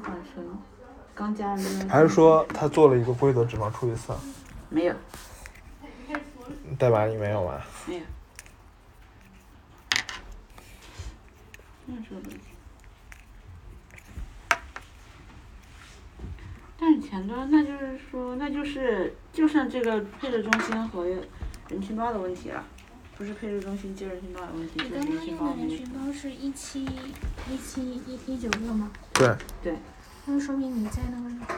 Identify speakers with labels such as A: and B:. A: 分，刚加的那个
B: 还是说他做了一个规则，只能出一次？
A: 没有
B: 代码你没有吗？
A: 没有，那时候的。但是前端，那就是说，那就是就剩这个配置中心和人群包的问题了，不是配置中心接人群包的问题，
C: 你
A: 就是
C: 刚刚
A: 人群
C: 用
A: 包
C: 的
A: 的
C: 人
A: 问
C: 群
A: 题。
C: 包是一七一七一一九六吗？
B: 对。
A: 对。
C: 那就说明你在那个